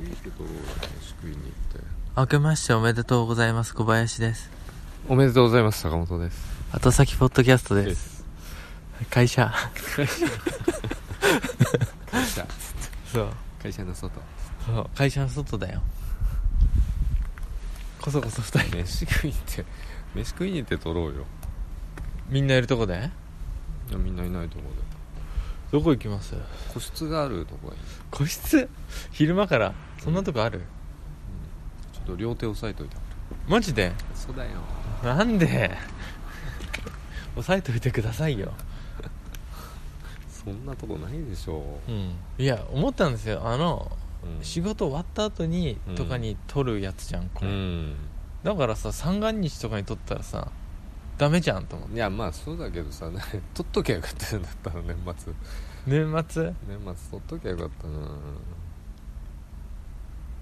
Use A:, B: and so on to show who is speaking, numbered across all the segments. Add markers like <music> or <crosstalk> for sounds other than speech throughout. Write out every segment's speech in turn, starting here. A: いいけど飯食いに行って
B: 明けましておめでとうございます小林です
C: おめでとうございます坂本です
B: 後先ポッドキャストです
C: す
B: 会社
C: 会社
B: そう
C: 会社の外
B: そう会社の外だよこそこそ二人
C: 飯食いに行って飯食いに行って撮ろうよ
B: みんないるとこで
C: いやみんないないとこ
B: どこ行きます
C: で個室があるとこがいい
B: 個室昼間からそんなとこある
C: ちょっと両手押さえといた
B: マジで
C: そうだよ
B: なんで押さえといてくださいよ
C: そんなとこないでしょ
B: うんいや思ったんですよあの
C: う、うん、
B: 仕事終わった後に
C: うん
B: とかに撮るやつじゃんこ
C: う
B: れ、
C: ん
B: だからさ三が日とかに撮ったらさダメじゃんと思って
C: いやまあそうだけどさ <laughs> 撮っときゃよかったんだったら年末
B: 年末
C: 年末撮っときゃよかったな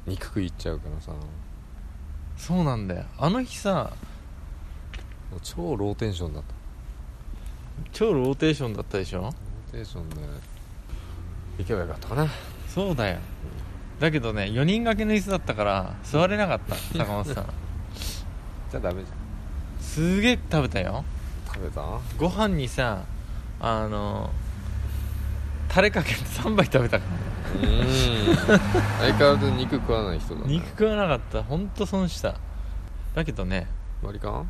C: 肉食いっちゃうからさも
B: そうなんだよあの日さ
C: う超ローテンションだった
B: 超ローテーションだったでしょ
C: ローテーションで行けばよかったかな
B: そうだよだけどね4人掛けの椅子だったから座れなかった坂本 <laughs> さん
C: じゃあダメじゃん
B: すげえ食べたよ
C: 食べた
B: ご飯にさあのタレかけて3杯食べたから
C: うーん相変わらず肉食わない人だね
B: 肉食わなかったほんと損しただけどね
C: 割り勘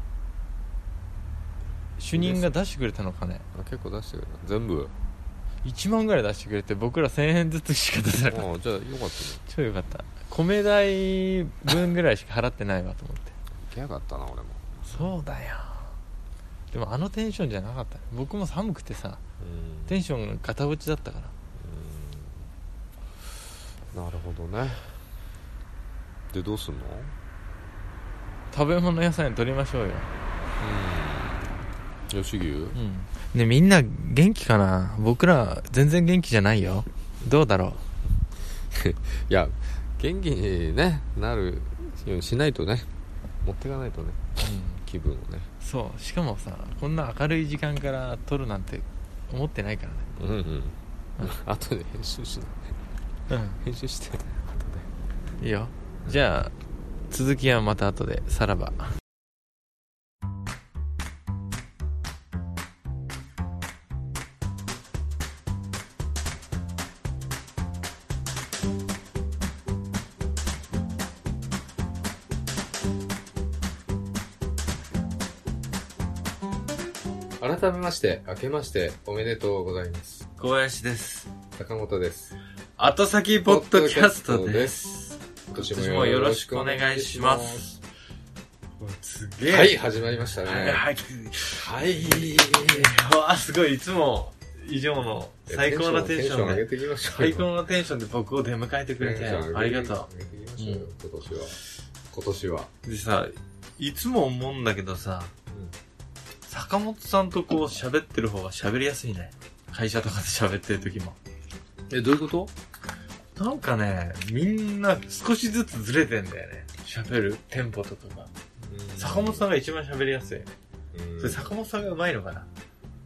B: 主任が出してくれたのかね
C: あ結構出してくれた全部
B: 1万ぐらい出してくれて僕ら1000円ずつしか出せ
C: あ
B: な
C: あ
B: かった
C: じゃあよかったね
B: 超よかった米代分ぐらいしか払ってないわと思って
C: 行けやかったな俺も
B: そうだよでもあのテンションじゃなかったね僕も寒くてさ
C: うん
B: テンションがガタ落ちだったから
C: なるほどねでどうすんの
B: 食べ物屋さんに取りましょうよ
C: うん吉牛
B: うんねみんな元気かな僕ら全然元気じゃないよどうだろ
C: いや元気に、ね、なるようにしないとね持ってかないとね
B: う、うん、
C: 気分をね
B: そうしかもさこんな明るい時間から撮るなんて思ってないか
C: うんうん <laughs> あとで編集しない
B: らね
C: 編集して
B: うんいいよじゃあ続きはまた後でさらば
C: 改めまして明けましておめでとうございます
B: 小林です
C: 坂本です
B: 後先ポッドキャストです。
C: 今
B: 今年もよろしくお願いします。すげ
C: は。い始まりましたね
B: はい。
C: はい
B: あ、すごい。いつも以上の最高なテンション
C: 上げ
B: で、
C: ていきましょう
B: 最高のテンションで僕を出迎えてくれて、
C: テンション上げて
B: ありがと
C: 上げていきましょうよ今年は今年は
B: う。でさ、いつも思うんだけどさ、坂本さんとこう喋ってる方が喋りやすいね。会社とかで喋ってる時も。
C: えどういうこと
B: なんかね、みんな少しずつずれてんだよね。喋るテンポとか。坂本さんが一番喋りやすい。それ坂本さんがうまいのかな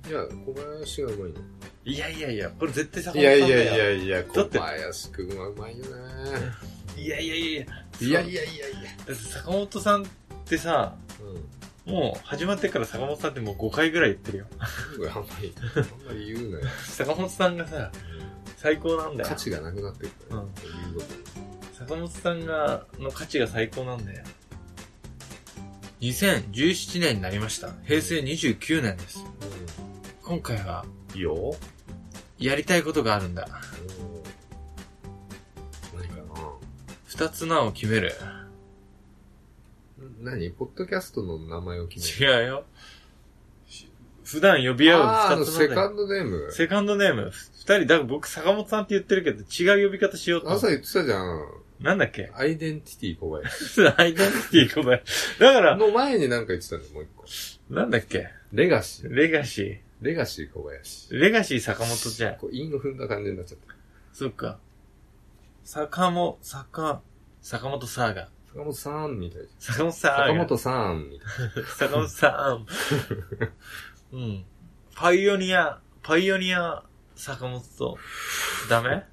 B: い
C: や小林がうまいね
B: いやいやいや、これ絶対坂
C: い
B: 本
C: や
B: さ
C: い
B: んだよ。
C: やいやいや、
B: だ
C: 小
B: って
C: 林くんはうまいよね。
B: いやいやいやいや。
C: いやいやいやいや。
B: だって坂本さんってさ、
C: うん。
B: もう始まってから坂本さんってもう5回ぐらい言ってるよ。
C: すごいあんまり、あんまり言うなよ。
B: 坂本さんがさ、最高なんだよ
C: 価。値がなくなってくる
B: うん
C: ということ
B: 坂本さんが、の価値が最高なんだよ。2017年になりました。平成29年です。今回は、
C: いいよ。
B: やりたいことがあるんだ。
C: 何か
B: 二つ名を決める。
C: な何ポッドキャストの名前を決め
B: 違
C: る。
B: うよ。し普段呼び合う
C: あーあ
B: 二
C: の、
B: つ名
C: セ
B: だ
C: カ
B: よ。
C: ンドネーム。
B: セカンドネーム。二人、だから僕、坂本さんって言ってるけど、違う呼び方しようと思
C: 朝
B: う。
C: 言ってたじゃん。
B: なんだっけ
C: アイデンティティ小林。
B: アイデンティティ答え。だから、
C: の前に何か言ってたのもう一個。
B: なんだっけ
C: レガシー。
B: レガシ
C: レガシー小林。
B: ー。レガシー坂本じゃん。
C: こう、韻を踏んだ感じになっちゃった。
B: そっか。坂本、坂、坂本サーガ。
C: 坂本さんみたいじ
B: 坂本サ
C: ゃん。坂
B: ーガ。
C: 本さんみたい
B: 坂本さん。うん。パイオニア、パイオニア、坂本と。ダメ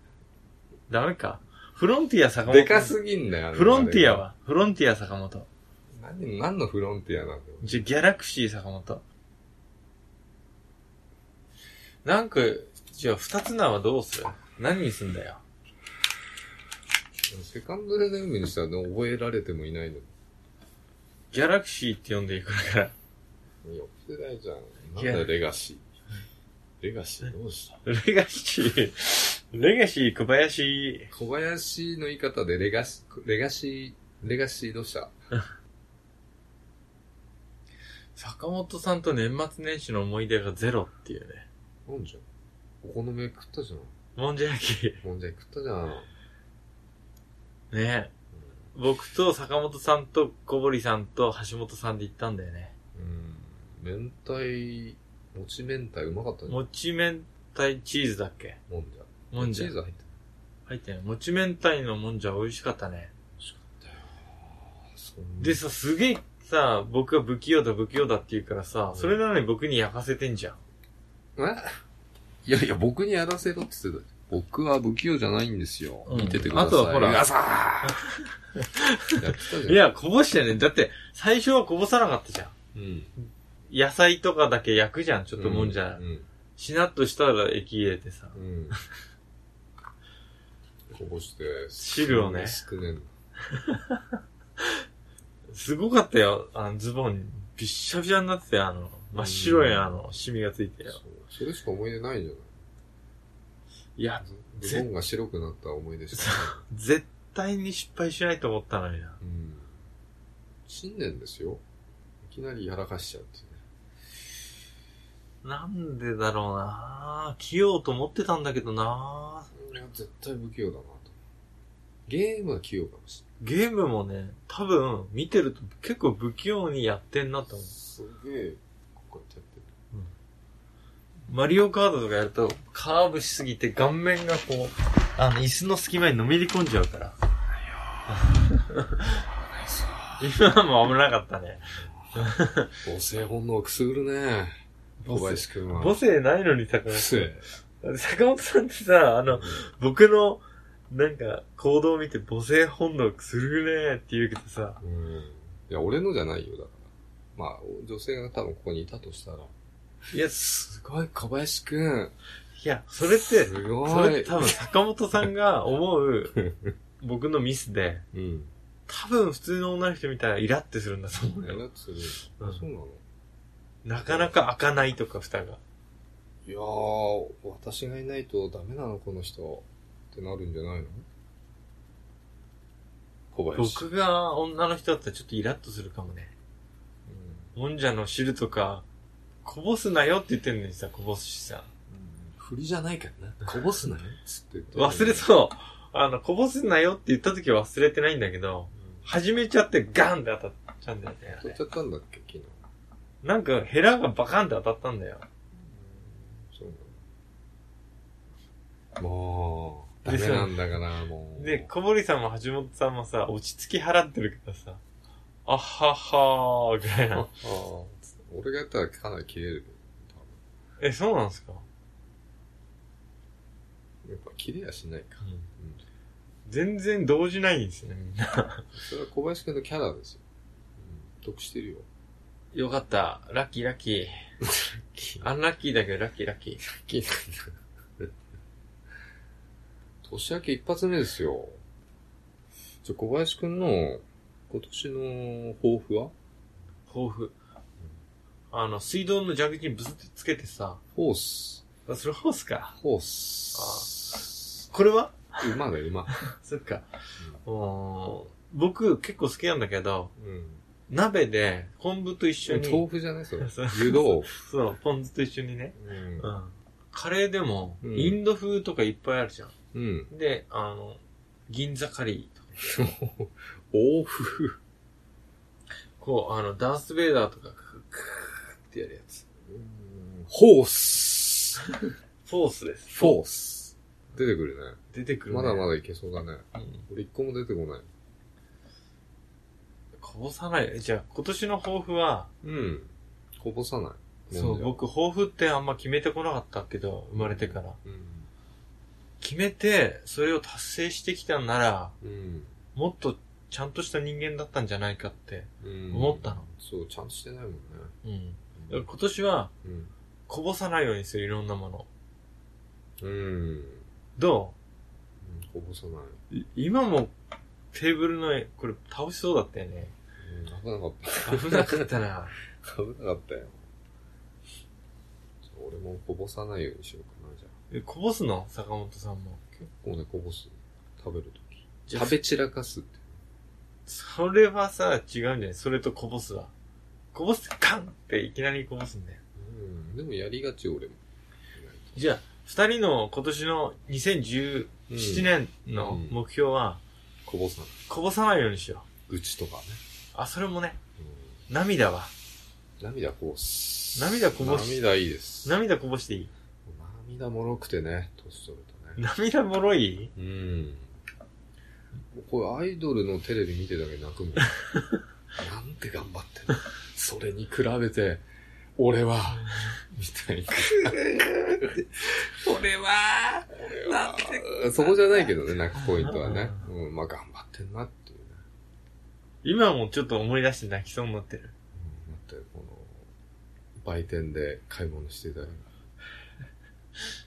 B: ダメか。フロンティア坂本。
C: でかすぎんだよ。あの
B: フロンティア。はフロンティア坂本。
C: あれが何、何のフロンティアなんだよ。
B: じゃ、ギャラクシー坂本。なんか、じゃあ二つ名はどうする何にすんだよ。
C: セカンドレネームにしたら覚えられてもいないの
B: ギャラクシーって呼んでいくから。
C: に。よくないじゃん。ないん
B: や
C: だよレガシー。レガシーどうした
B: レガシー、レガシー小林、
C: 小林の言い方でレガシ、レガシー、レガシーどうした
B: 坂本さんと年末年始の思い出がゼロっていうね。
C: なんじゃん。お好み焼き食ったじゃん。
B: もんじゃ焼き。
C: もんじゃ焼き食ったじゃん。
B: ね僕と坂本さんと小堀さんと橋本さんで行ったんだよね。
C: うん。明太、もち明太うまかったじゃん。
B: もち明太チーズだっけ
C: もんじゃ。
B: もんじゃ
C: チー。ズ入ってる。
B: 入ってない。もち明太のもんじゃ美味しかったね。
C: 美味しかったよ。そんな
B: でさ、すげえさ、僕は不器用だ不器用だって言うからさ、
C: うん
B: それなのに僕に焼かせてんじゃん。
C: えいやいや、僕にやらせろって言ってた。僕は不器用じゃないんですよ。
B: うん
C: 見ててください。
B: あとはほら
C: 皆さ
B: <laughs>
C: んやってたじゃん。
B: い、や、こぼしてね。だって、最初はこぼさなかったじゃ
C: う
B: ん。
C: ん。
B: 野菜とかだけ焼くじゃん、ちょっともんじゃ。
C: うん。
B: しなっとしたら液入れてさ。
C: うん。こぼして。
B: 汁をね
C: 少ねえの
B: すごかったよ。あの、ズボン、びっしゃびしゃになってて、あの、真っ白いあの、シミがついてよ。
C: そうそれしか思い出ないじゃない。
B: いや、
C: ズボンが白くなった思い出しかない。
B: 絶対に失敗しないと思ったのにな。
C: うん。新年ですよ。いきなりやらかしちゃうっていうね。
B: なんでだろうな着ようと思ってたんだけどな
C: 俺は絶対不器用だなと。ゲームは器用かもし
B: ゲームもね、多分、見てると結構不器用にやってんなと
C: れな
B: 思
C: い。すげえ、こうやってやってる。
B: う。マリオカードとかやると、カーブしすぎて顔面がこう、あの、椅子の隙間にのめり込んじゃうから。今も危なかったね。
C: 母性本能をくすぐるね。
B: 母性
C: 小林くんは。
B: 母性ないのに坂
C: 母
B: 本さ
C: 性。
B: ん。坂本さんってさ、あの、僕の、なんか、行動を見て母性本能くすぐるねーって言うけどさ、
C: うん。いや、俺のじゃないよ、だから。まあ、女性が多分ここにいたとしたら。
B: いや、す
C: すごい、小林くん。
B: いや、それって、
C: すごい。
B: それって多分坂本さんが思う <laughs> 僕のミスで、
C: うん。
B: 多分普通の女の人見たらイラってするんだと思う
C: え
B: よ。
C: だってそれ
B: うん
C: そうなの
B: なかなか開かないとか蓋が。
C: いやー、私がいないとダメなの、この人。ってなるんじゃないの小林。
B: 僕が女の人だったらちょっとイラッとするかもね。もんじゃの汁とか、こぼすなよって言ってんのにさ、こぼすしさ。
C: 振りじゃない <laughs> からな。こぼすなよ。つって
B: 忘れそう。あの、こぼすなよって言った時は忘れてないんだけど、始めちゃってガンって当たっちゃうんだよねあ
C: 取っ
B: れ。
C: ちゃったんだっけ、昨日。
B: なんかヘラがバカンって当たったんだよ。
C: そうなの。もう、ダメなんだから、もう。
B: で、小堀さんも橋本さんもさ、落ち着き払ってるけどさ、あははーぐらい
C: あ
B: な。
C: あ <laughs> 俺がやったらかなり切れる。
B: え、そうなんですか、
C: やっぱ切れやしないか。うん
B: 全然動じないんですね、みんな。
C: それは小林くんのキャラですよ。うん得してるよ。
B: よかった。ラッキーラッキー。アンラッキーだけどラッキーラッキー。
C: 聞いたんだ年明け一発目ですよ。じゃ、小林くんの今年の抱負は
B: 抱負。あの、水道の蛇口にブスってつけてさ、
C: ホース。
B: あそれホースか。
C: ホース。
B: これは
C: 馬だよ、馬。
B: そっか。うーん僕結構好きなんだけど、
C: うん。
B: 鍋で昆布と一緒に、
C: 豆腐じゃないそれ。
B: そう
C: 湯豆腐。
B: そう、ポン酢と一緒にね、
C: うん
B: う。んカレーでも、
C: うん
B: インド風とかいっぱいあるじゃん。
C: うん。 <laughs>
B: で、あの、銀座カリーとか、
C: 欧風。
B: こう、あの、ダース・ベイダーとか、ククーってやるやつ。
C: ホース。
B: フォースです。
C: フォース。出てくるね。
B: 出てくる、ね。
C: まだまだいけそうだね。
B: だ。
C: 俺一個も出てこない。
B: こぼさない。じゃあ、今年の抱負は、
C: うん。こぼさない。
B: そう、僕、抱負ってあんま決めてこなかったけど、生まれてから。
C: うん。
B: 決めて、それを達成してきたんなら、
C: うん。
B: もっとちゃんとした人間だったんじゃないかって
C: うん
B: 思ったの。
C: そう、ちゃんとしてないもんね。
B: うん。だから今年は、
C: うん。
B: こぼさないようにするいろんなもの。
C: うん。
B: ど
C: こぼさない。
B: うい今も、テーブルの、これ倒しそうだったよね。
C: うん、危なかった。 <laughs>
B: 危なかった <laughs> な。
C: 危なかったよ。じゃあ俺もこぼさないようにしようかな、じゃあ。
B: えこぼすの坂本さんも。
C: 結構ね、こぼす。食べるとき。
B: じゃあ
C: 食べ散らかすって。
B: それはさ、違うんじゃないそれとこぼすは。こぼすってカンっていきなりこぼすんだよ。
C: うん。でもやりがち、俺も。
B: じゃあ、二人の今年の2017年の目標は、
C: こぼさない。
B: こぼさないようにしよ
C: 愚痴とかね。
B: う。あ、それもね、
C: うん
B: 涙は。
C: 涙こぼす。
B: 涙こぼす
C: 涙いいです。
B: 涙こぼしていい
C: 涙もろくてね、年取るとね。
B: 涙もろい
C: うん。これアイドルのテレビ見てるだけ泣く
B: <laughs>
C: もん。なんて頑張ってんのそれに比べて、俺は、みたいな。
B: 俺は、 <laughs>
C: そこじゃないけどね、泣くポイントはね。うん、まあ頑張ってんなっていうね。
B: 今もちょっと思い出して泣きそうになってる。
C: うん、だってこの、売店で買い物してたよ。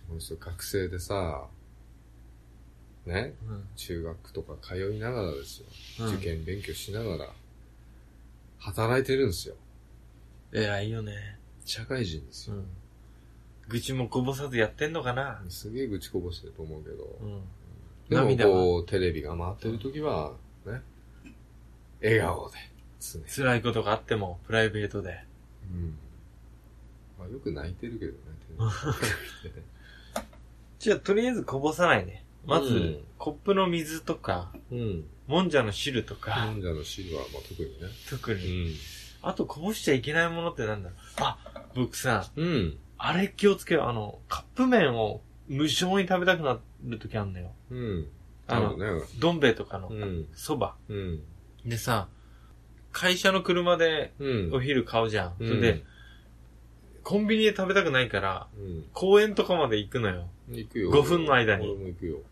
C: この人学生でさ、ね、
B: うん。
C: 中学とか通いながらですよ。
B: うん
C: 受験勉強しながら、働いてるんですよ。
B: 偉いよね。
C: 社会人です
B: う
C: よ。
B: ん。愚痴もこぼさずやってんのかな
C: すげえ愚痴こぼしてると思うけど。
B: うん。
C: で
B: 涙
C: も
B: は
C: こう、テレビが回ってる時は、ね、笑顔で、常に。
B: 辛いことがあっても、プライベートで。
C: うん。まあよく泣いてるけどね、テレビ
B: じゃあ、とりあえずこぼさないね。まず、
C: うん
B: コップの水とか、 <laughs>
C: うん。
B: もんじゃの汁とか、
C: 忍者のシルバーも特にね。
B: 特に、
C: う
B: あとこぼしちゃいけないものってなんだろう。あ、僕さ、
C: ん。うん。
B: あれ気をつけよう。あの、カップ麺を無性に食べたくなる時あんだよ。
C: うん。
B: あ
C: あ
B: の
C: のね。
B: どん兵衛とかの
C: うん。
B: そば、
C: うん。
B: でさ、会社の車で
C: うん。
B: お昼買うじゃん。
C: うん
B: それで、、コンビニで食べたくないから、
C: うん。
B: 公園とかまで行くのよ。
C: 行くよ。
B: 5分の間に
C: 俺も行くよ。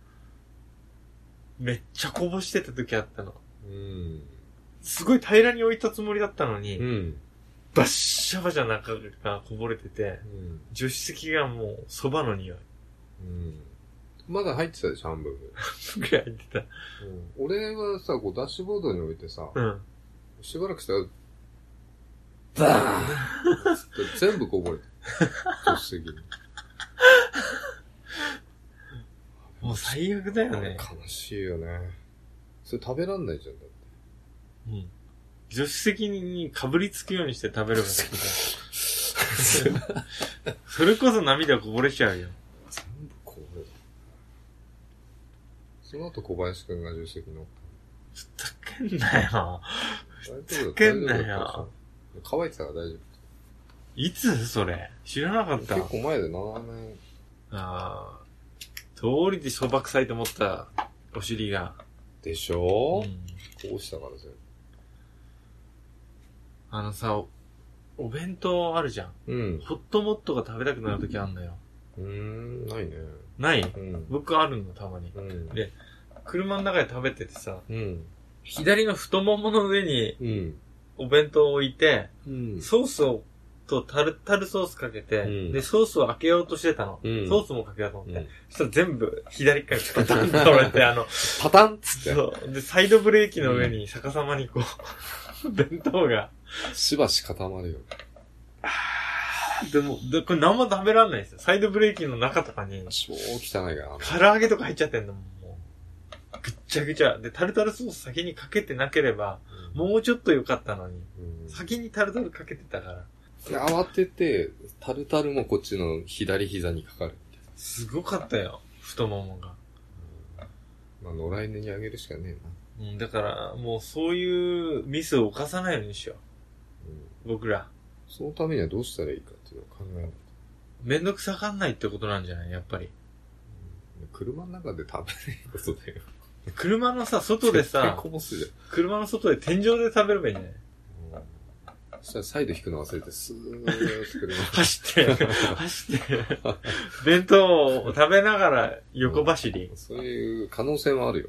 B: めっちゃこぼしてた時あったの。
C: うん。
B: すごい平らに置いたつもりだったのに、
C: うん。
B: バッシャバシャ中がこぼれてて、
C: うん。
B: 助手席がもう蕎麦の匂い。
C: うん。まだ入ってたでしょ、半分ぐらい。
B: ぐらい入って
C: うん俺はさ、こうダッシュボードに置いてさ
B: た。、うん。
C: しばらくしたら、バーンつって全部こ <laughs> ぼれて。助手席に。
B: もう最悪だよ
C: あれ
B: ね。
C: 悲しいよね。それ食べらんないじゃん、だって。
B: うん。助手席にかぶりつくようにして食べればいいんだ
C: <laughs>
B: <laughs> それこそ涙こぼれちゃうよ。
C: 全部こぼれた。その後小林くんが重責乗っ
B: ふざけんなよ。
C: た。大丈夫だ
B: ふざけんなよ。
C: 大丈夫だった乾いてたから大丈
B: いつそれ知らなかっ
C: 夫。
B: た。
C: 結構前で7年。
B: ああ。通りで蕎麦臭いと思ったお尻が。
C: でしょ、
B: うん
C: こうしたから全
B: あのさ、おお弁当あるじゃん。
C: 部。うん。
B: ホットモットが食べたくなるときあんのよ。
C: うーん、ないね。
B: ない
C: うん。
B: 僕あるの、たまに。
C: うん。
B: で車の中で食べててさ、
C: うん。
B: 左の太ももの上に
C: うん。
B: お弁当を置いて、
C: うん。
B: ソースを、とタルタルソースかけて、
C: うん
B: で、ソースを開けようとしてたの。
C: うん
B: ソースもかけようと思って。
C: うん
B: そしたら全部左からパタンと倒れて、あの、
C: パタンっつって、
B: そう。で、サイドブレーキの上に逆さまにこう、 <laughs> 弁当が。
C: しばし固まるよ。
B: でも、でこれ何も食べられないですよ。サイドブレーキの中とかに、
C: 超汚いからな。
B: 唐揚げとか入っちゃってんのもんもう。ぐっちゃぐちゃ。で、タルタルソース先にかけてなければ、もうちょっと良かったのに。
C: うん、
B: 先にタルタルかけてたから。
C: で慌てて、タルタルもこっちの左膝にかかるって。
B: すごかったよ。太ももが。
C: まあ、野良犬にあげるしかねえな。
B: うん、だから、もうそういうミスを犯さないようにしよ
C: うん
B: う。僕ら。
C: そのためにはどうしたらいいかっていうのを考えないと。
B: めんどくさがんないってことなんじゃないやっぱり。
C: 車の中で食べないことだよ。
B: 車のさ、外で
C: 絶対
B: さ
C: <laughs> こ、ぼすじ
B: 車の外で天井で食べればいいんじゃない
C: ゃん。そしたらサイド引くの忘れて、スーッと車。
B: 走って、 <laughs> 走って、弁当を食べながら横走り。
C: そういう可能性もあるよ。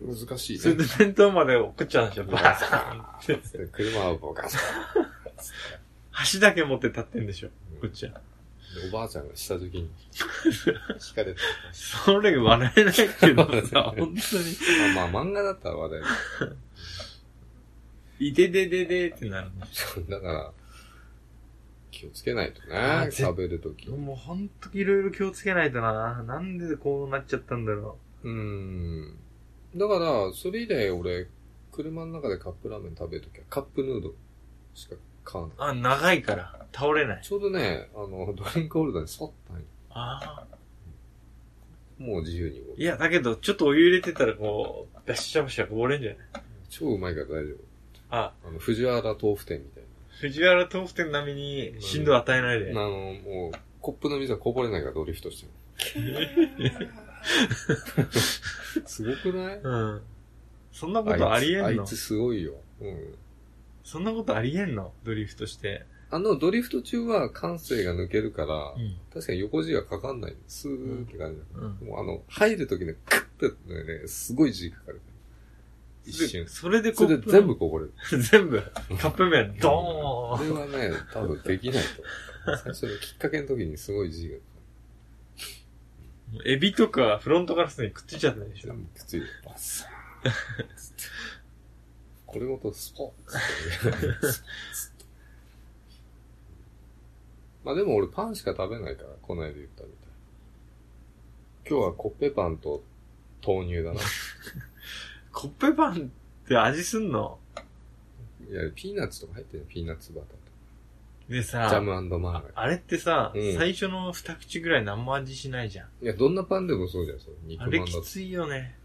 C: 難しい
B: それで
C: ね。
B: 弁当まで送っちゃうんでしょ、バ
C: ガサ
B: ー
C: ー
B: ン
C: ンって車はボカサー
B: 箸だけ持って立ってんでしょ、
C: ン
B: こっちは。
C: でおばあちゃんが下敷
B: <laughs>
C: きに引かれて
B: それ笑えないけ <laughs> どさ、本当に。
C: まあまあ漫画だったら話題だ
B: いててててってなるの。
C: けどだから、気をつけないと
B: あ
C: ね
B: ー、ぜ
C: 食べるとき。う
B: もうほんといろいろ気をつけないとな。なんでこうなっちゃったんだろ。。
C: ーん。だから、それ以来俺、車の中でカップラーメン食べるときはカップヌードルしか買わないう
B: あ、長いから。倒れない。
C: ちょうどね、あの、ドリンクホルダーに沿ったんよ
B: ああ。
C: もう自由に動く
B: いや、だけど、ちょっとお湯入れてたらこう、バッシャバシャこぼれんじゃない
C: 超うまいから大丈
B: あ、
C: 夫。あの、藤原豆腐店みたい
B: 藤原豆腐店並みに振動与えないで。
C: な。あの、もう、コップの水はこぼれないからドリフトして
B: <laughs>
C: る。すごくない
B: うん。そんなことありえ
C: あ
B: ん
C: い
B: の
C: つすごいよ。うん。
B: そんなことありえんのドリフトして。
C: あの、ドリフト中は感性が抜けるから、
B: ん。
C: 確かに横字がかかんない。スーって感じだ。
B: うん。
C: もうあの、入るときね、クッてね、すごい字かかる。一瞬
B: で。それで
C: そ
B: こ
C: れ
B: う
C: で全部こぼれる。
B: <laughs> 全部。カップ麺、 <laughs> ド
C: こ
B: ーン
C: れはね、多分できないと。最初のきっかけの時にすごい字が。
B: エビとかフロントガラスにくっついちゃったでしょ。
C: きつい。バッサーンつってこれごとスポッつってねスポッつって <laughs> まあでも俺パンしか食べないから、この間言ったみたい。今日はコッペパンと豆乳だな。
B: コッペパンって味すんの
C: いや、ピーナッツとか入ってるよ、ピーナッツバターと
B: で
C: か。ジャ
B: さ、
C: ムマーガリ
B: あれってさ、
C: うん
B: 最初の二口ぐらい何も味しないじゃん。
C: ン。いや、どんなパンでもそうじゃん、それ。肉
B: あ
C: まんだ
B: れ
C: っ
B: き
C: て。
B: ついよね。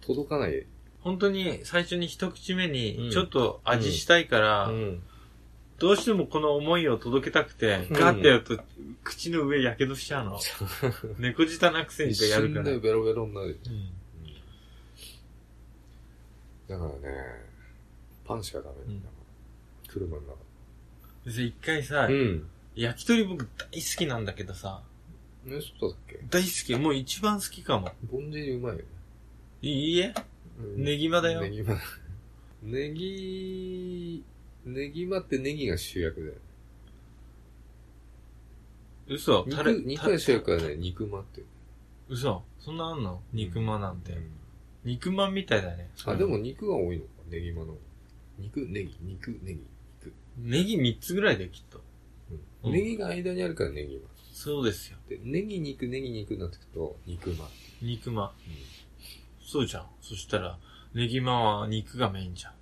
C: 届かない。
B: 本当に最初に一口目
C: う
B: に
C: ん
B: ちょっと味したいから、
C: ん。
B: どうしてもこの思いを届けたくて、
C: うん
B: ガーってやると、口の上やけどしちゃうの。猫舌なくせに
C: 一
B: してやる
C: 瞬
B: から。
C: でベロベロになるよ。
B: うん
C: だからね、パンしか食べないんだから、車の中
B: でさ一回さ、
C: で。うん。
B: 焼き鳥僕大好きなんだけどさ、
C: ね、そうだっけ
B: 大好き、もう一番好きかも。
C: ぼんじりうまいよね。
B: いいえ、ネギまだよ
C: ネギま。 <laughs> ネギ、ネギまってネギが主役だよね。
B: 嘘、タレ
C: 肉、肉が主役はね、肉まっていう。
B: 嘘、そんなあんの肉まんなんて。肉まんみたいだね。
C: あ、でも、肉が多いのか、ネギまの。肉、ネギ、肉、ネギ、肉。
B: ネギ3つぐらいできっと。
C: う
B: うん
C: ん、ネギが間にあるからネギま。
B: そうですよ。
C: で、ネギ、肉、ネギ、肉になってくと、肉ま。
B: 肉まん。そうじゃん。そしたら、ネギまんは肉がメインじゃん。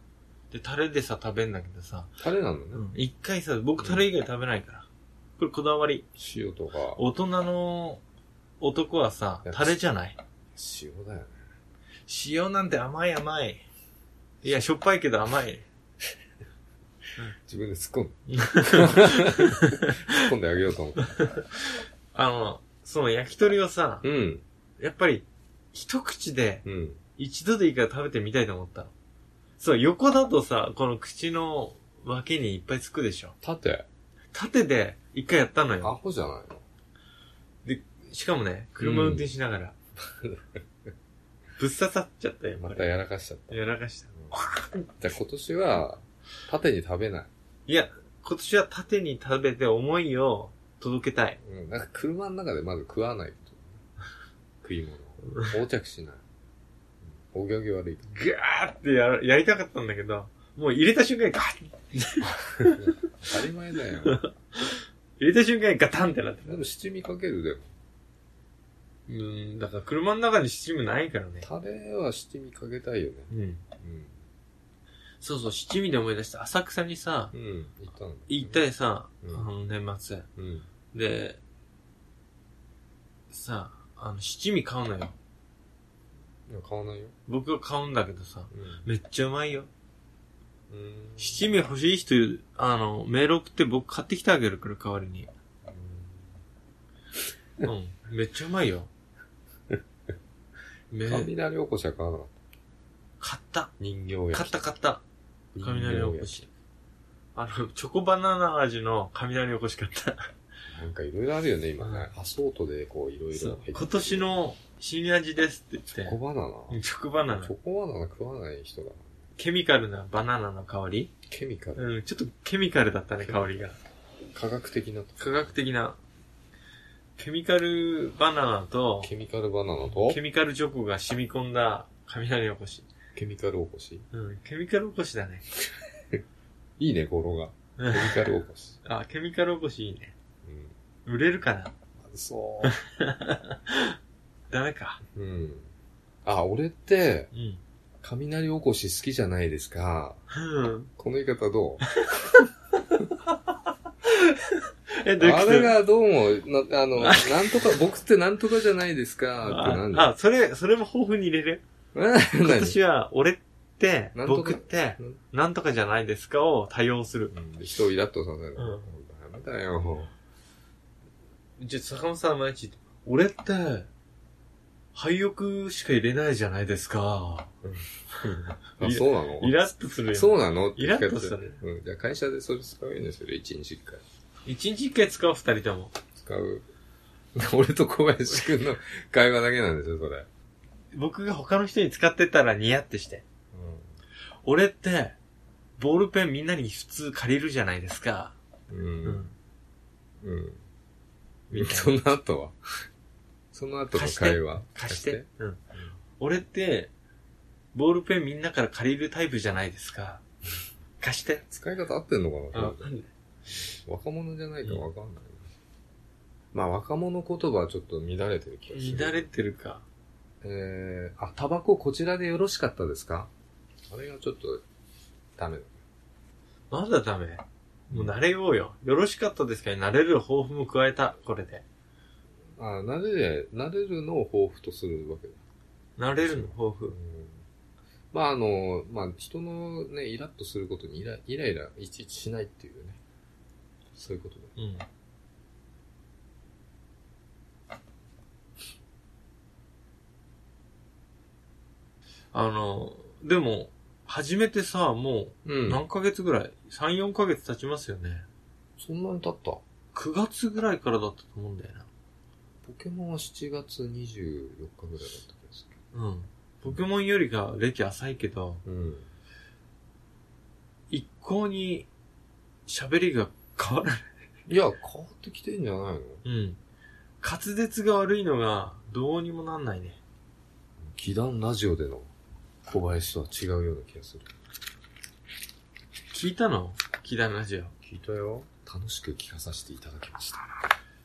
B: で、タレでさ、食べんだけどさ、
C: タレなのね。
B: うん一回さ、僕タレ以外食べないから。これこだわり。
C: 塩とか、
B: 大人の男はさ、タレじゃない。
C: 塩だよね。
B: 塩なんて甘い甘い。いや、しょっぱいけど甘 <laughs> い。
C: 自分で突っ込む。突っ込んであげようと思った。
B: <laughs> あの、その焼き鳥をさ、
C: うん。
B: やっぱり、一口で、
C: うん。
B: 一度でいいから食べてみたいと思ったの。そう、横だとさ、この口の脇にいっぱいつくでしょ。
C: 縦、
B: 縦で、一回やったの
C: ア
B: よ。
C: ホじゃないの
B: しかもね、車運転しながら。ぶっ刺さっちゃったよ、
C: ま
B: こ
C: た
B: れ。
C: やらかしちゃった。
B: やらかした。
C: じゃあ今年は、縦に食べない。
B: いや、今年は縦に食べて思いを届けたい。
C: うん。なんか車の中でまず食わないこと。食い物を。横着しない。うんお行儀悪い。
B: ガーってやらやりたかったんだけど、もう入れた瞬間にガッ
C: 当たり前だ
B: <laughs>
C: よ。
B: 入れた瞬間にガタンってなってた
C: で。も七味かけるでも。
B: うん、だから車の中に七味ないからね。
C: タレは七味かけたいよね。
B: うん。
C: うん。
B: そうそう、七味で思い出した。浅草にさ、
C: うん。行ったの。
B: 行った。りさ、
C: うん
B: あの年末。
C: うん。
B: で、さ、あの、七味買うのよ。
C: いや買わないよ。
B: 僕が買うんだけどさ、めっちゃうまいよ。
C: うん。うん
B: 七味欲しい人、あの、メール送って僕買ってきてあげるから代わりに。 <laughs> うん。めっちゃうまいよ。め、
C: 雷おこしは買わなかった。
B: 買った。
C: 人形焼
B: 買っ
C: き。
B: た買った。
C: 人形焼き
B: 雷おこし。あの、チョコバナナ味の雷おこしかった。
C: なんかいろいろあるよね、今ね。アソートでこういろい
B: そ
C: ろ入
B: う
C: ってる
B: 今年。の新味ですって
C: チョ
B: 言
C: コバ
B: っ
C: ナ
B: て、
C: ナ
B: チョコバナナ
C: チョ、コバナナ食わない人だな。
B: ケミカルなバナナの香り
C: ケミカル。
B: うん、ちょっとケミカルだったね、香りが。
C: 科学的なと。
B: 科学的な。ケミカルバナナと、
C: ケミカルバナナと
B: ケ、ミカルチョコが染み込んだ雷おこし。
C: ケミカルおこし。
B: うん、ケミカルおこしだね。
C: いいね、語呂が。
B: うん
C: ケミカルおこし。
B: あ、ケミカルおこしいいね。
C: うん。
B: 売れるかな
C: まずそ
B: ダメか。
C: う。うん。あ、俺って、
B: うん。
C: 雷おこし好きじゃないですか。
B: うん。
C: この言い方どう
B: え、どういうこ
C: あ
B: と
C: れがどうも、なあ
B: <laughs>
C: の、なんとか、僕ってなんとかじゃないですか、ってなんだ
B: あ、あそれ、それも豊富に入れる。
C: え <laughs> 何
B: 今年は、俺って、
C: なんとか
B: 僕って
C: うん、
B: なんとかじゃないですかを多用する。
C: うん一人だとさせる。
B: うん
C: ダメだよ。
B: じゃ、坂本さん毎日、俺って、廃浴しか入れないじゃないですか。
C: あ、
B: い
C: そうなの
B: イラッとするよ、ね。
C: そうなの
B: イラッとしたね
C: うん。じゃあ会社でそれ使うようにする。一日一回。
B: 一日一回使う二人とも。
C: 使う。 <laughs> 俺と小林くんの会話だけなんですよ、それ。
B: 僕が他の人に使ってたらニヤってして。俺って、ボールペンみんなに普通借りるじゃないですか。
C: うん。
B: う
C: うん。
B: ん。
C: うん。その後はその後の会話。
B: 貸して。うん。俺って、ボールペンみんなから借りるタイプじゃないですか。貸して。
C: 使い方合ってんのかな
B: あ、なんで
C: 若者じゃないかわかんない。まあ若者言葉はちょっと乱れてる気がする。
B: 乱れてるか。
C: えー、あ、タバコこちらでよろしかったですかあれがちょっと、ダメだ。
B: まだダメ。もう慣れようよ。よろしかったですかね慣れる抱負も加えた、これで。
C: あ、慣れる、慣れるのを抱負とするわけだ。
B: 慣れるの抱
C: うん
B: 負。
C: まああの、まあ人のね、イラッとすることにイライライラいちいちしないっていうね。そういうことだ。
B: うん。あの、でも、始めてさ、も
C: う
B: う、何ヶ月ぐらい、?3、4ヶ月経ちますよね。
C: そんなに経ったポ
B: 9月ぐらいからだったと思うんだよな。
C: ケモンは7月24日ぐらいだった気がす
B: うん。ポケモンよりが歴浅いけど、
C: る。うん。
B: 一向に喋りが変わらない。
C: いや、変わってきてんじゃないの
B: うん。滑舌が悪いのがどうにもなんないね。
C: 祈願ラジオでの小林とは違うような気がする。
B: 聞いたの聞いたラジオ。
C: 聞いたよ。楽しく聞かさせていただきました。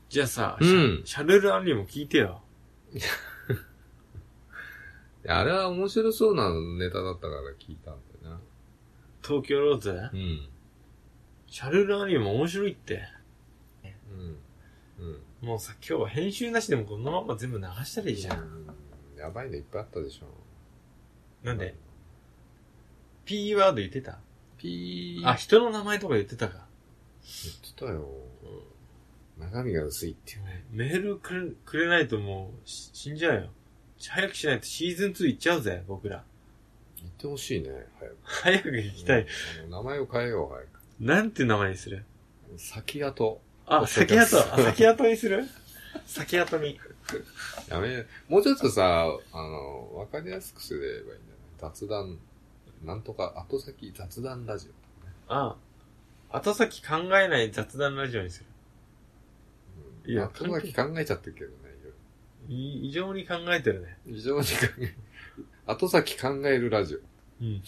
B: じゃあさ、
C: うん
B: シャシャルル・アンリも聞いてよ。
C: いやあれは面白そうなネタだったから聞いたんだよな。
B: 東京ローズ
C: うん。
B: シャルル・アンリも面白いって。
C: うん。うん。
B: もうさ、今日は編集なしでもこのまま全部流したらいいじゃん。
C: うんやばいのいっぱいあったでしょ。
B: なんで ?P ワード言ってた
C: ピー
B: あ、人の名前とか言ってたか。
C: 言ってたよ。中身が薄いっていうね。
B: メールくれくれないともうし死んじゃうよ。早くしないとシーズン2行っちゃうぜ、僕ら。
C: 言ってほしいね、早く。
B: 早く行きたい。
C: うん。あの名前を変えよう、早く。
B: なんて名前にする
C: 先後。
B: あ、先後。あ <laughs> 先後にする先後に。
C: やめ、もうちょっとさ、あの、わかりやすくすればいいんだよね。雑談、なんとか、後先雑談ラジオ。
B: あ、後先考えない雑談ラジオにする。
C: うん、
B: いや
C: 後先考えちゃってるけどね、いろい
B: い異常に考えてるね。
C: ろ非常に考え、 <laughs> 後先考えるラジオ。
B: うん。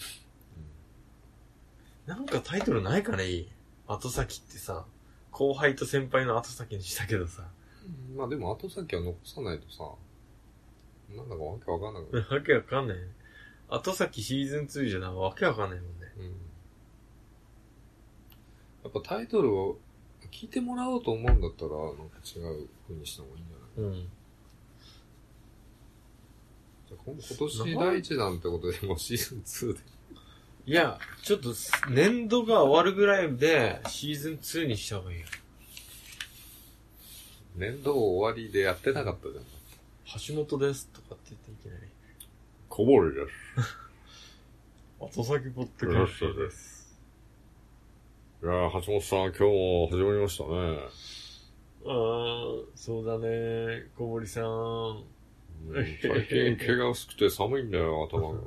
B: なんかタイトルないかねいい後先ってさ、後輩と先輩の後先にしたけどさ、
C: まあでも後先は残さないとさ、なんだかわけわかんなくなる。
B: わけわかんないね。後先シーズン2じゃな、わけわかんないもんね。
C: うん。やっぱタイトルを聞いてもらおうと思うんだったら、なんか違う風にした方がいいんじゃない
B: うん。
C: じゃあ今今年第一弾ってことでもうシーズン2で。
B: いや、ちょっとす、年度が終わるぐらいで、シーズン2にした方がいいよ。
C: 年度終わりでやってなかったじゃん。
B: 橋本ですとかって言っていきなり。
C: こぼれです。
B: 後先ポッ。
C: ドキャストですいやー橋本さん、今日も始まりましたね。
B: ああ、そうだね。小森さん。
C: うん最近毛が薄くて寒いんだよ、頭が。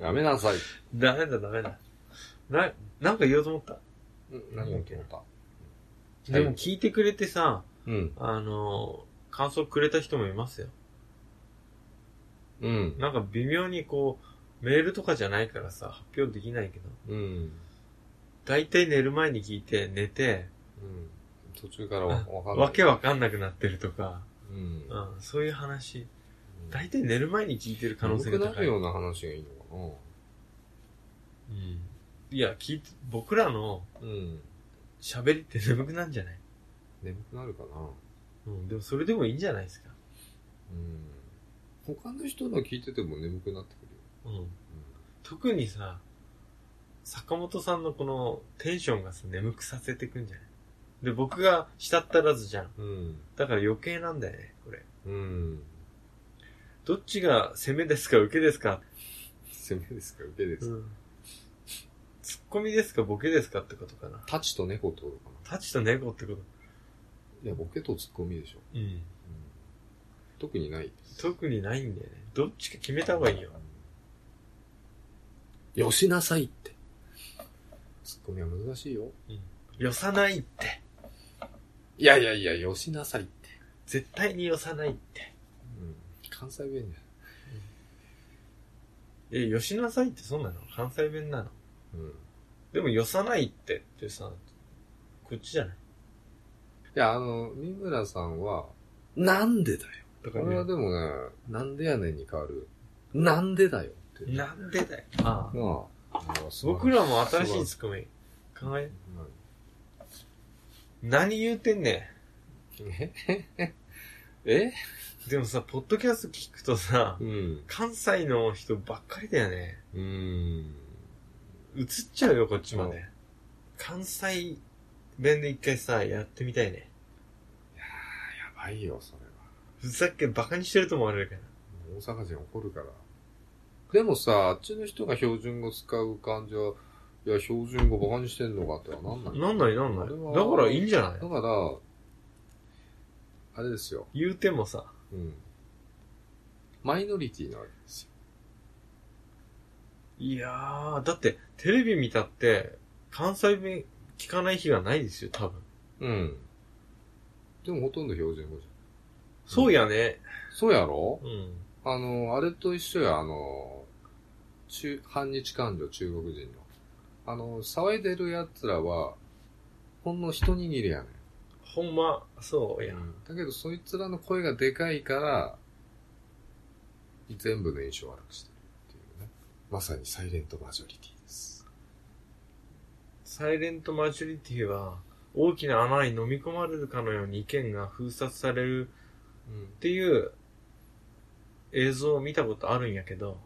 C: やめなさい。
B: ダメだ、ダメだ。な、なんか言おうと思った。
C: 何を決めたい
B: でも聞いてくれてさ、
C: うん。
B: あの、感想くれた人もいますよ。
C: うん。
B: なんか微妙にこう、メールとかじゃないからさ、発表できないけど。
C: うん。
B: だいたい寝る前に聞いて、寝て、
C: うん途中からわわかんない。
B: わけわかんなくなってるとか、
C: うん。
B: うん、そういう話。だ
C: 大
B: いたい寝る前に聞いてる可能性が
C: な
B: 高い。
C: るような話がいいの
B: うん。いや、聞いて、僕らの
C: かなうん。
B: 喋りって眠くなんじゃない
C: 眠くなるかな
B: うん、でもそれでもいいんじゃないですか。
C: うん。他の人の聞いてても眠くなってくるよ。
B: うん。特にさ、坂本さんのこのテンションがさ、眠くさせてくんじゃないで、僕がしたったらずじゃん。
C: うん。
B: だから余計なんだよね、これ。
C: うん。
B: どっちが攻めですか、受けですか、
C: 攻めですか受けですか
B: ツッコミですか、ボケですかってことかな。
C: タチと猫ってことかな
B: タチと猫ってこと。
C: いや、ボケとツッコミでしょ。
B: うん。
C: うん特にないです。
B: 特にないんだよね。どっちか決めた方がいいよ。
C: うん。よしなさいって。ツッコミは難しいよ。
B: 寄さないって。
C: いやいやいや、よしなさいって。
B: 絶対に寄さないって。
C: うん。関西弁じ
B: え、寄しなさいってそうなの関西弁なの
C: ゃん。うん。い
B: でも寄さないってってさ、こっちじゃない
C: や、あの、三村さんは、なんでだよ。
B: だか
C: こ
B: ら、
C: れはでもね、なんでやねんに変わる。なんでだよっていう。
B: なんでだよ。ああ。
C: なあ。
B: 僕らも新しいツッコミ考え、何言うてんね
C: <laughs> ええ
B: ん。でもさ、ポッドキャスト聞くとさ、
C: うん。
B: 関西の人ばっかりだよね。
C: うん。
B: 映っちゃうよ、こっちまで。関西弁で一回さ、やってみたいね。
C: やばいよ、それは。
B: ふざけ、バカにしてると思われるから。
C: 大阪人怒るから。でもさ、あっちの人が標準語使う感じは、いや、標準語バカにしてんのかってはなんない。
B: なんないなんない。
C: あれは
B: だからいいんじゃな
C: だ
B: い
C: から、あれですよ。
B: 言うてもさ、
C: うん。マイノリティなわけですよ。
B: いやー、だって、テレビ見たって、関西弁聞かない日がないですよ、多分。
C: うん。でもほとんど標準語じゃ
B: そうやね。
C: ん。そうやろ
B: うん。
C: あの、あれと一緒や、あの、中、反日感情、中国人の。あの、騒いでる奴らは、ほんの一握りやねん。
B: ほんま、そうや。
C: だけど、そいつらの声がでかいから、全部の印象を悪くしてるっていうね。まさにサイレントマジョリティです。
B: サイレントマジョリティは、大きな穴に飲み込まれるかのように意見が封殺される
C: うん
B: っ。ていう映像を見たことあるんやけど、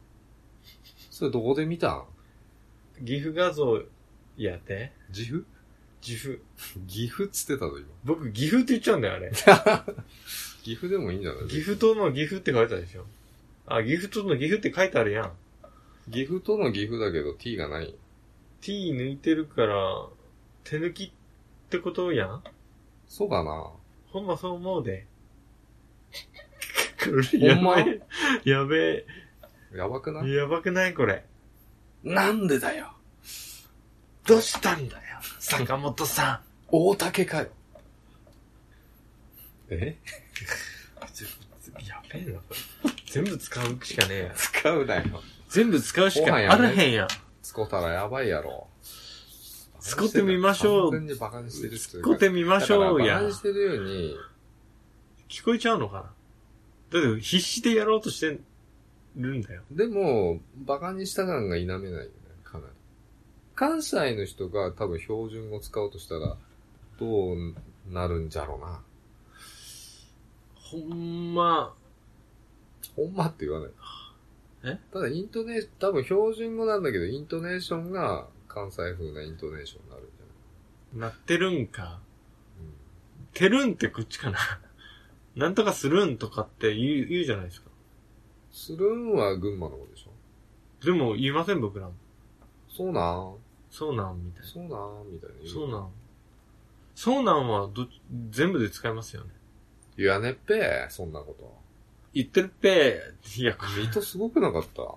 C: それどこで見たん
B: 岐阜画像やて、
C: 岐阜
B: 岐阜。
C: 岐阜っつってたぞ、今。
B: 僕、岐阜って言っちゃうんだよ、あれ。
C: 岐阜でもいいんじゃない
B: 岐阜との岐阜って書いてあるでしょ。あ、岐阜との岐阜って書いてあるやん。
C: 岐阜との岐阜だけど t がない。
B: t 抜いてるから、手抜きってことやん
C: そうかな
B: ほんまそう思うで。これ <laughs> や
C: ほんま
B: ばい。やべ
C: やばくない
B: え。やばくないこれ。
C: なんでだよ
B: どうしたんだよ、坂本さ
C: 大竹かよえ
B: ん。やべえな、これ。全部使うしかねえや。
C: 使うなよ。
B: 全部使う
C: し
B: し
C: か
B: か
C: あ
B: あら
C: らへ
B: へんやん。
C: 使ったらやばいやろ。
B: 使ってみましょう
C: 完全にバカにしてるっていうか
B: こうてみましょう
C: だから
B: や
C: バカ。にしてるように、
B: 聞こえちゃうのかなだって必死でやろうとしてるんだよ。
C: でも、バカにした感が否めないよね、かなり。関西の人が多分標準語使おうとしたら、どうなるんじゃろうな。
B: ほんま、
C: ほんまって言わない。
B: え
C: ただ、イントネーション、多分標準語なんだけど、イントネーションが関西風なイントネーションになるんじゃない
B: なってるんか。てるんってこっちかな。 <laughs> なんとかするんとかって言う、言うじゃないですか。
C: スルーンは群馬の方でしょ
B: でも言いません、僕らも。
C: そうなん
B: そうなんみたいな。
C: そうなんみたいな。
B: そうなん。そうなんはどっち、全部で使えますよね。
C: 言わねっぺ、そんなこと。
B: 言ってるっぺー。 <laughs> いや、こ
C: 水戸すごくなかった。
B: れ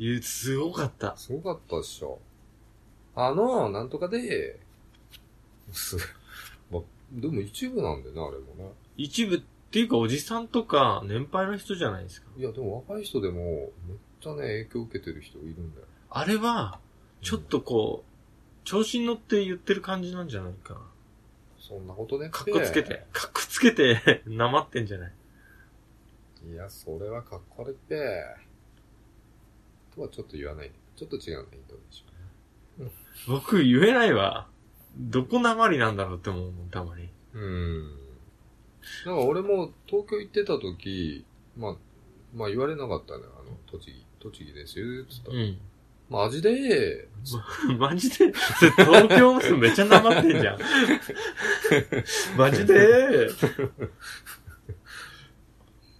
B: いや、すごかった。
C: すごかったっしょ。あの、なんとかで、す、ま、でも一部なんだよね、あれもね。
B: 一部っていうか、おじさんとか、年配の人じゃないですか。
C: いや、でも若い人でも、めっちゃね、影響受けてる人いるんだよ。
B: あれは、ちょっとこう、調子に乗って言ってる感じなんじゃないかな。
C: そんなことね。
B: かっこつけて。、かっこつけて、 <laughs> なまってんじゃない
C: いや、それはかっこ悪いって。とはちょっと言わない。ちょっと違うね、インドネシア。
B: 僕言えないわ。どこなまりなんだろうって思うもん、たまに。
C: うーん。なんか俺も東京行ってた時、まあ、まあ言われなかったね。あの、栃木、栃木ですよ、つったら。
B: ん。
C: マジで、
B: <laughs> マジで、それ東京の人めっちゃなまってんじゃ <laughs> ん。マジで、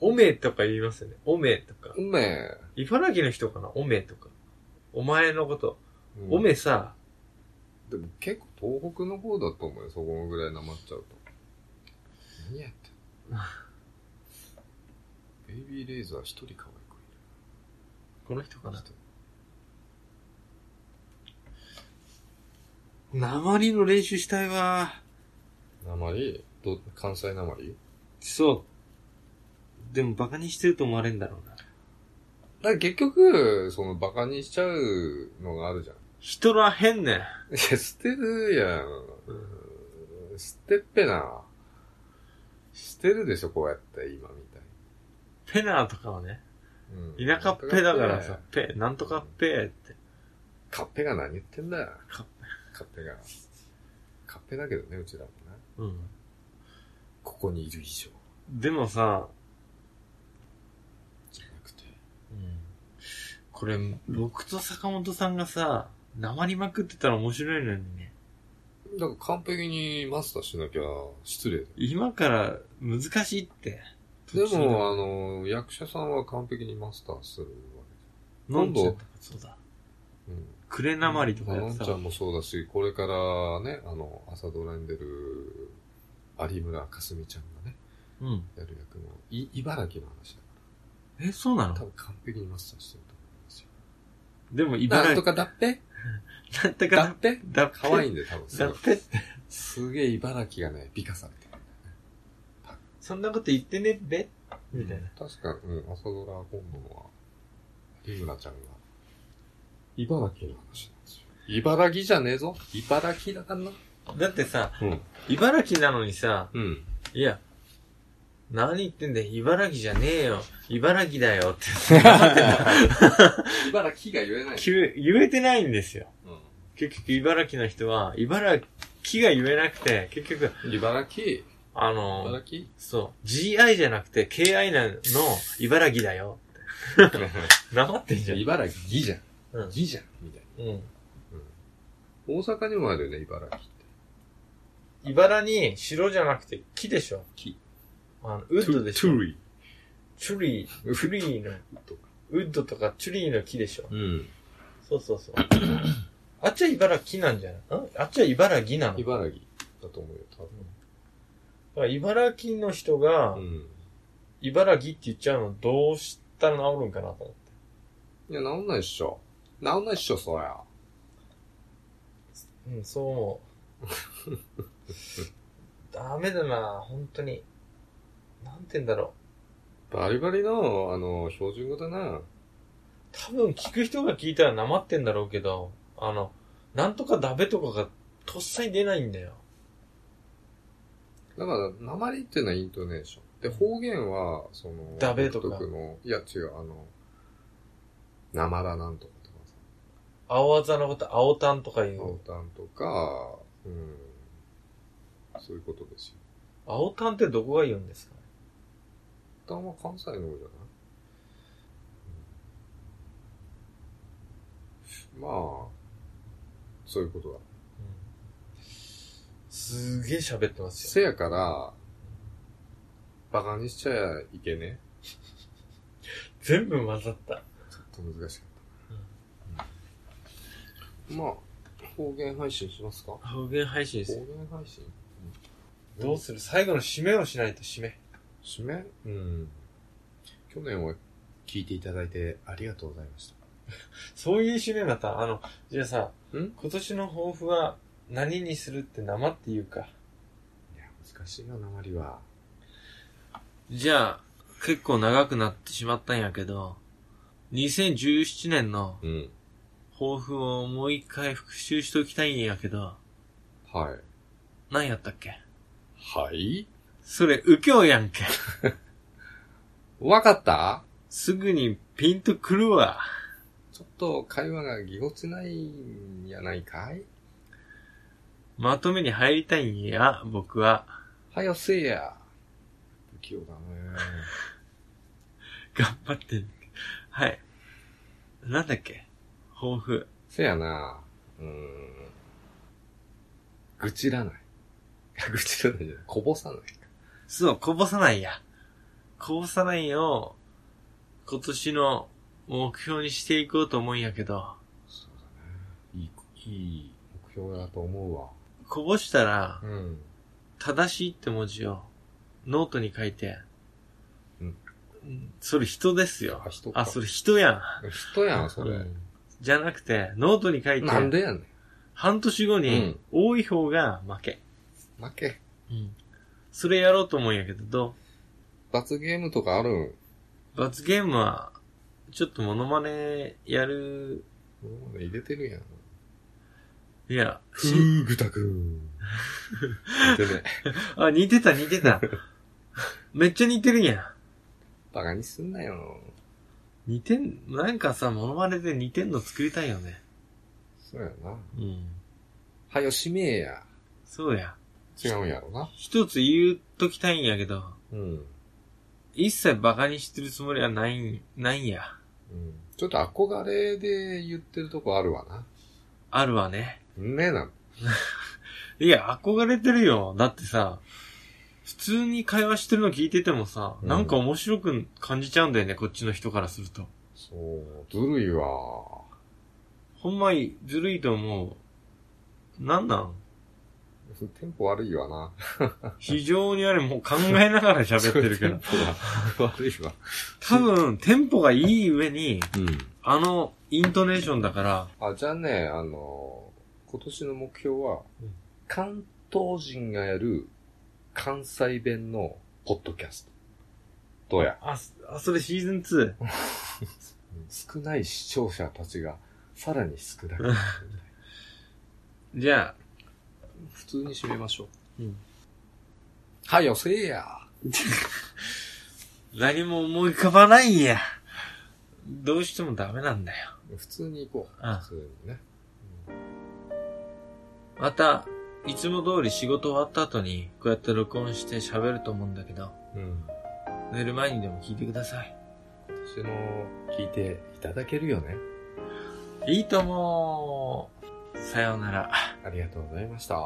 B: おめえとか言いますよね。おめえとか。
C: おめえ、
B: 茨城の人かなおめえとか。お前のこと。
C: うん
B: おめえさ、
C: でも結構東北の方だと思うよ。そこぐらいなまっちゃうと。何やってん <laughs> のベイビーレーザー一人可愛くいる。
B: この人かなと。なまりの練習したいわ。
C: なまりど関西なまり
B: そう。でもバカにしてると思われんだろうな。
C: だから結局、そのバカにしちゃうのがあるじゃん。
B: 人らへんねん。
C: いや、捨てるやん。捨てっぺな。捨てるでしょ、こうやって、今みたい
B: ペナーとかはね。
C: に。うん
B: 田舎っぺだからさ。、ペ、なんとかっぺって。
C: カッペが何言ってんだよ。
B: カッペ
C: カッペが。カッペだけどね、うちらもね。
B: うん。
C: ここにいる以上。
B: でもさ、
C: じゃなくて。
B: これ、僕と坂本さんがさ、なまりまくってたら面白いのにね。
C: だから完璧にマスターしなきゃ失礼だよ。
B: 今から難しいって。
C: で
B: 途中
C: も、あの、役者さんは完璧にマスターするわ
B: のんちゃん
C: 今度
B: とかそうだ。
C: け。うん。
B: くれなまりとかや
C: の
B: っ
C: ん
B: て
C: ちゃ
B: た
C: ん。もそうだし、これからね、あの、朝ドラに出る、有村架純ちゃんがね、
B: うん。
C: やる役も、い、茨城の話だ
B: え、そうな
C: から、多
B: の
C: 分完璧にマスターしてると思いますよ。
B: でも
C: な
B: 茨
C: んと
B: 城。
C: かだっぺ
B: なんと
C: だ
B: か
C: っ、ぺ
B: だっ
C: 可愛い
B: い。
C: んで、多分す
B: だ
C: ごい
B: っ。ぺって。
C: すげえ茨城がね、美化されてるんだよね。
B: そんなこと言ってねっべみたいな。
C: 確か、うん、朝ドラ今度は、有村ちゃんが、茨城の話なんですよ。茨城じゃねえぞ。茨城だからな。
B: だってさ、
C: うん。
B: 茨城なのにさ、
C: うん。
B: いや、何言ってんだよ、茨城じゃねえよ、茨城だよ <laughs> って。なんでだ
C: 茨城が言えない。
B: 言え言えてないんですよ。
C: うん。
B: 結局茨城の人は、茨城が言えなくて、結局、
C: 茨城、
B: あの、
C: 茨城
B: そう、GI じゃなくて KI なの、茨城だよ。なまってんじゃん。
C: <laughs> 茨城じゃん。
B: うん。
C: ぎじゃん。みたい
B: うん。
C: な。大阪にもあるよね、茨城って。
B: 茨に城じゃなくて木でしょ。
C: 木。
B: あの、ウッドでし
C: ト
B: ょ。
C: ゥリ
B: チュリー、チュリーの、ウッドとかチュリーの木でしょ。
C: うん。
B: そうそう <coughs> そう。あっちは茨城なんじゃないんあっちは茨城なの。
C: 茨城だと思うよ、多
B: だから茨城の人が、
C: 分。うん。
B: 茨城って言っちゃうのどうしたら治るんかなと思って。
C: いや、治んないっしょ。治んないっしょ、そりゃ。
B: うん、そう思う。 <laughs> ダメだな、本当に。なんて言うんだろう。
C: バリバリの、あの、標準語だな。
B: 多分聞く人が聞いたらなまってんだろうけど、あの、なんとかダベとかがとっさに出ないんだよ。
C: だから、鉛っていうのはイントネーション。で、方言は、その、
B: ダベとか
C: 独特の、いや、違う、あの、生だなんとかとかさ。
B: 青あざのこと青タンとか言
C: 青
B: う。
C: タンとか、うん。そういうことですよ。
B: 青タンってどこが言うんですかね
C: 一旦は関西の方じゃない、うんまあ、そういうことだ。
B: すげえ喋ってますよ。
C: せやから、バカにしちゃいけね
B: 全部混ざった。
C: え。ちょっと難しかった。まあ、方言配信しますか方
B: 方言配信です
C: 言配信
B: どうする最後の締めをしないと締め。
C: 締めうん。去年は聞いていただいてありがとうございました。
B: そういう締めまた、あの、じゃあさ、
C: ん
B: 今年の抱負は何にするって生っていうか。
C: いや、難しいな、鉛は。
B: じゃあ、結構長くなってしまったんやけど、2017年の
C: うん。
B: 抱負をもう一回復習しておきたいんやけど、
C: はい。
B: 何やったっけ
C: はい
B: それ、右京やんけ。
C: わかった
B: すぐにピンとくるわ。
C: ちょっと会話がぎこちないんやないかい
B: まとめに入りたいんや、僕は。
C: はよせいや。不器用だね。
B: 頑張ってんはい。なんだっけ抱負。
C: せやな。うーん。愚痴らない。愚痴らないじゃない。こぼさない。
B: そう、こぼさないや。こぼさないを、今年の目標にしていこうと思うんやけど、
C: そうだね。いいこ、いい目標だと思うわ。
B: こぼしたら、
C: うん。
B: 正しいって文字を、ノートに書いて、
C: うん
B: うん。それ人ですよ
C: あ、。人か。
B: あ、それ人やん。
C: 人やん、それ。
B: うんじゃなくて、ノートに書いて、
C: なんでやね
B: 半年後
C: う
B: に
C: ん、
B: 多い方が負け。
C: ん。負け。
B: うん。それやろうと思うんやけど、どう
C: 罰ゲームとかあるん
B: 罰ゲームは、ちょっとモノマネやる、
C: 俺まだ入れてるやん。
B: いや、
C: ふ
B: し
C: ーぐたくん。でね、
B: <laughs> あ、似てた似てた。 <laughs> めっちゃ似てるやん。
C: バカにすんなよ。
B: 似てん、なんかさ、モノマネで似てんの作りたいよね。
C: そうやな。
B: うん。
C: はよしめえや。
B: そうや。
C: 違うんやろな。
B: 一つ言うときたいんやけど、
C: うん。
B: 一切バカにしてるつもりはないん、ないんや。
C: うん。ちょっと憧れで言ってるとこあるわな。
B: あるわね。
C: ねえな。
B: いや、憧れてるよ。だってさ、普通に会話してるの聞いててもさ、
C: うん
B: なんか面白く感じちゃうんだよね、こっちの人からすると。
C: そう、ずるいわ。
B: ほんまにずるいと思う。なんなん
C: テンポ悪いわな。
B: 非常にあれもう考えながら喋って
C: <laughs>
B: るから。
C: テンポが悪いわ。
B: 多分、テンポがいい上に、
C: うん。
B: あの、イントネーションだから、
C: あ、じゃあね、あの、今年の目標は、
B: うん
C: 関東人がやる関西弁のポッドキャスト。どうや
B: あ、すあそれシーズン 2?
C: 少ない視聴者たちがさらに少なく
B: うんじゃあ、
C: 普通に締めましょう。
B: うん
C: はよせえや。
B: 何も思い浮かばないんや。どうしてもダメなんだよ。
C: 普通に行こう。
B: うん
C: 普通にね。
B: また、いつも通り仕事終わった後に、こうやって録音して喋ると思うんだけど、
C: うん。
B: 寝る前にでも聞いてください。
C: 私の聞いていただけるよね。
B: いいともさようなら。
C: ありがとうございました。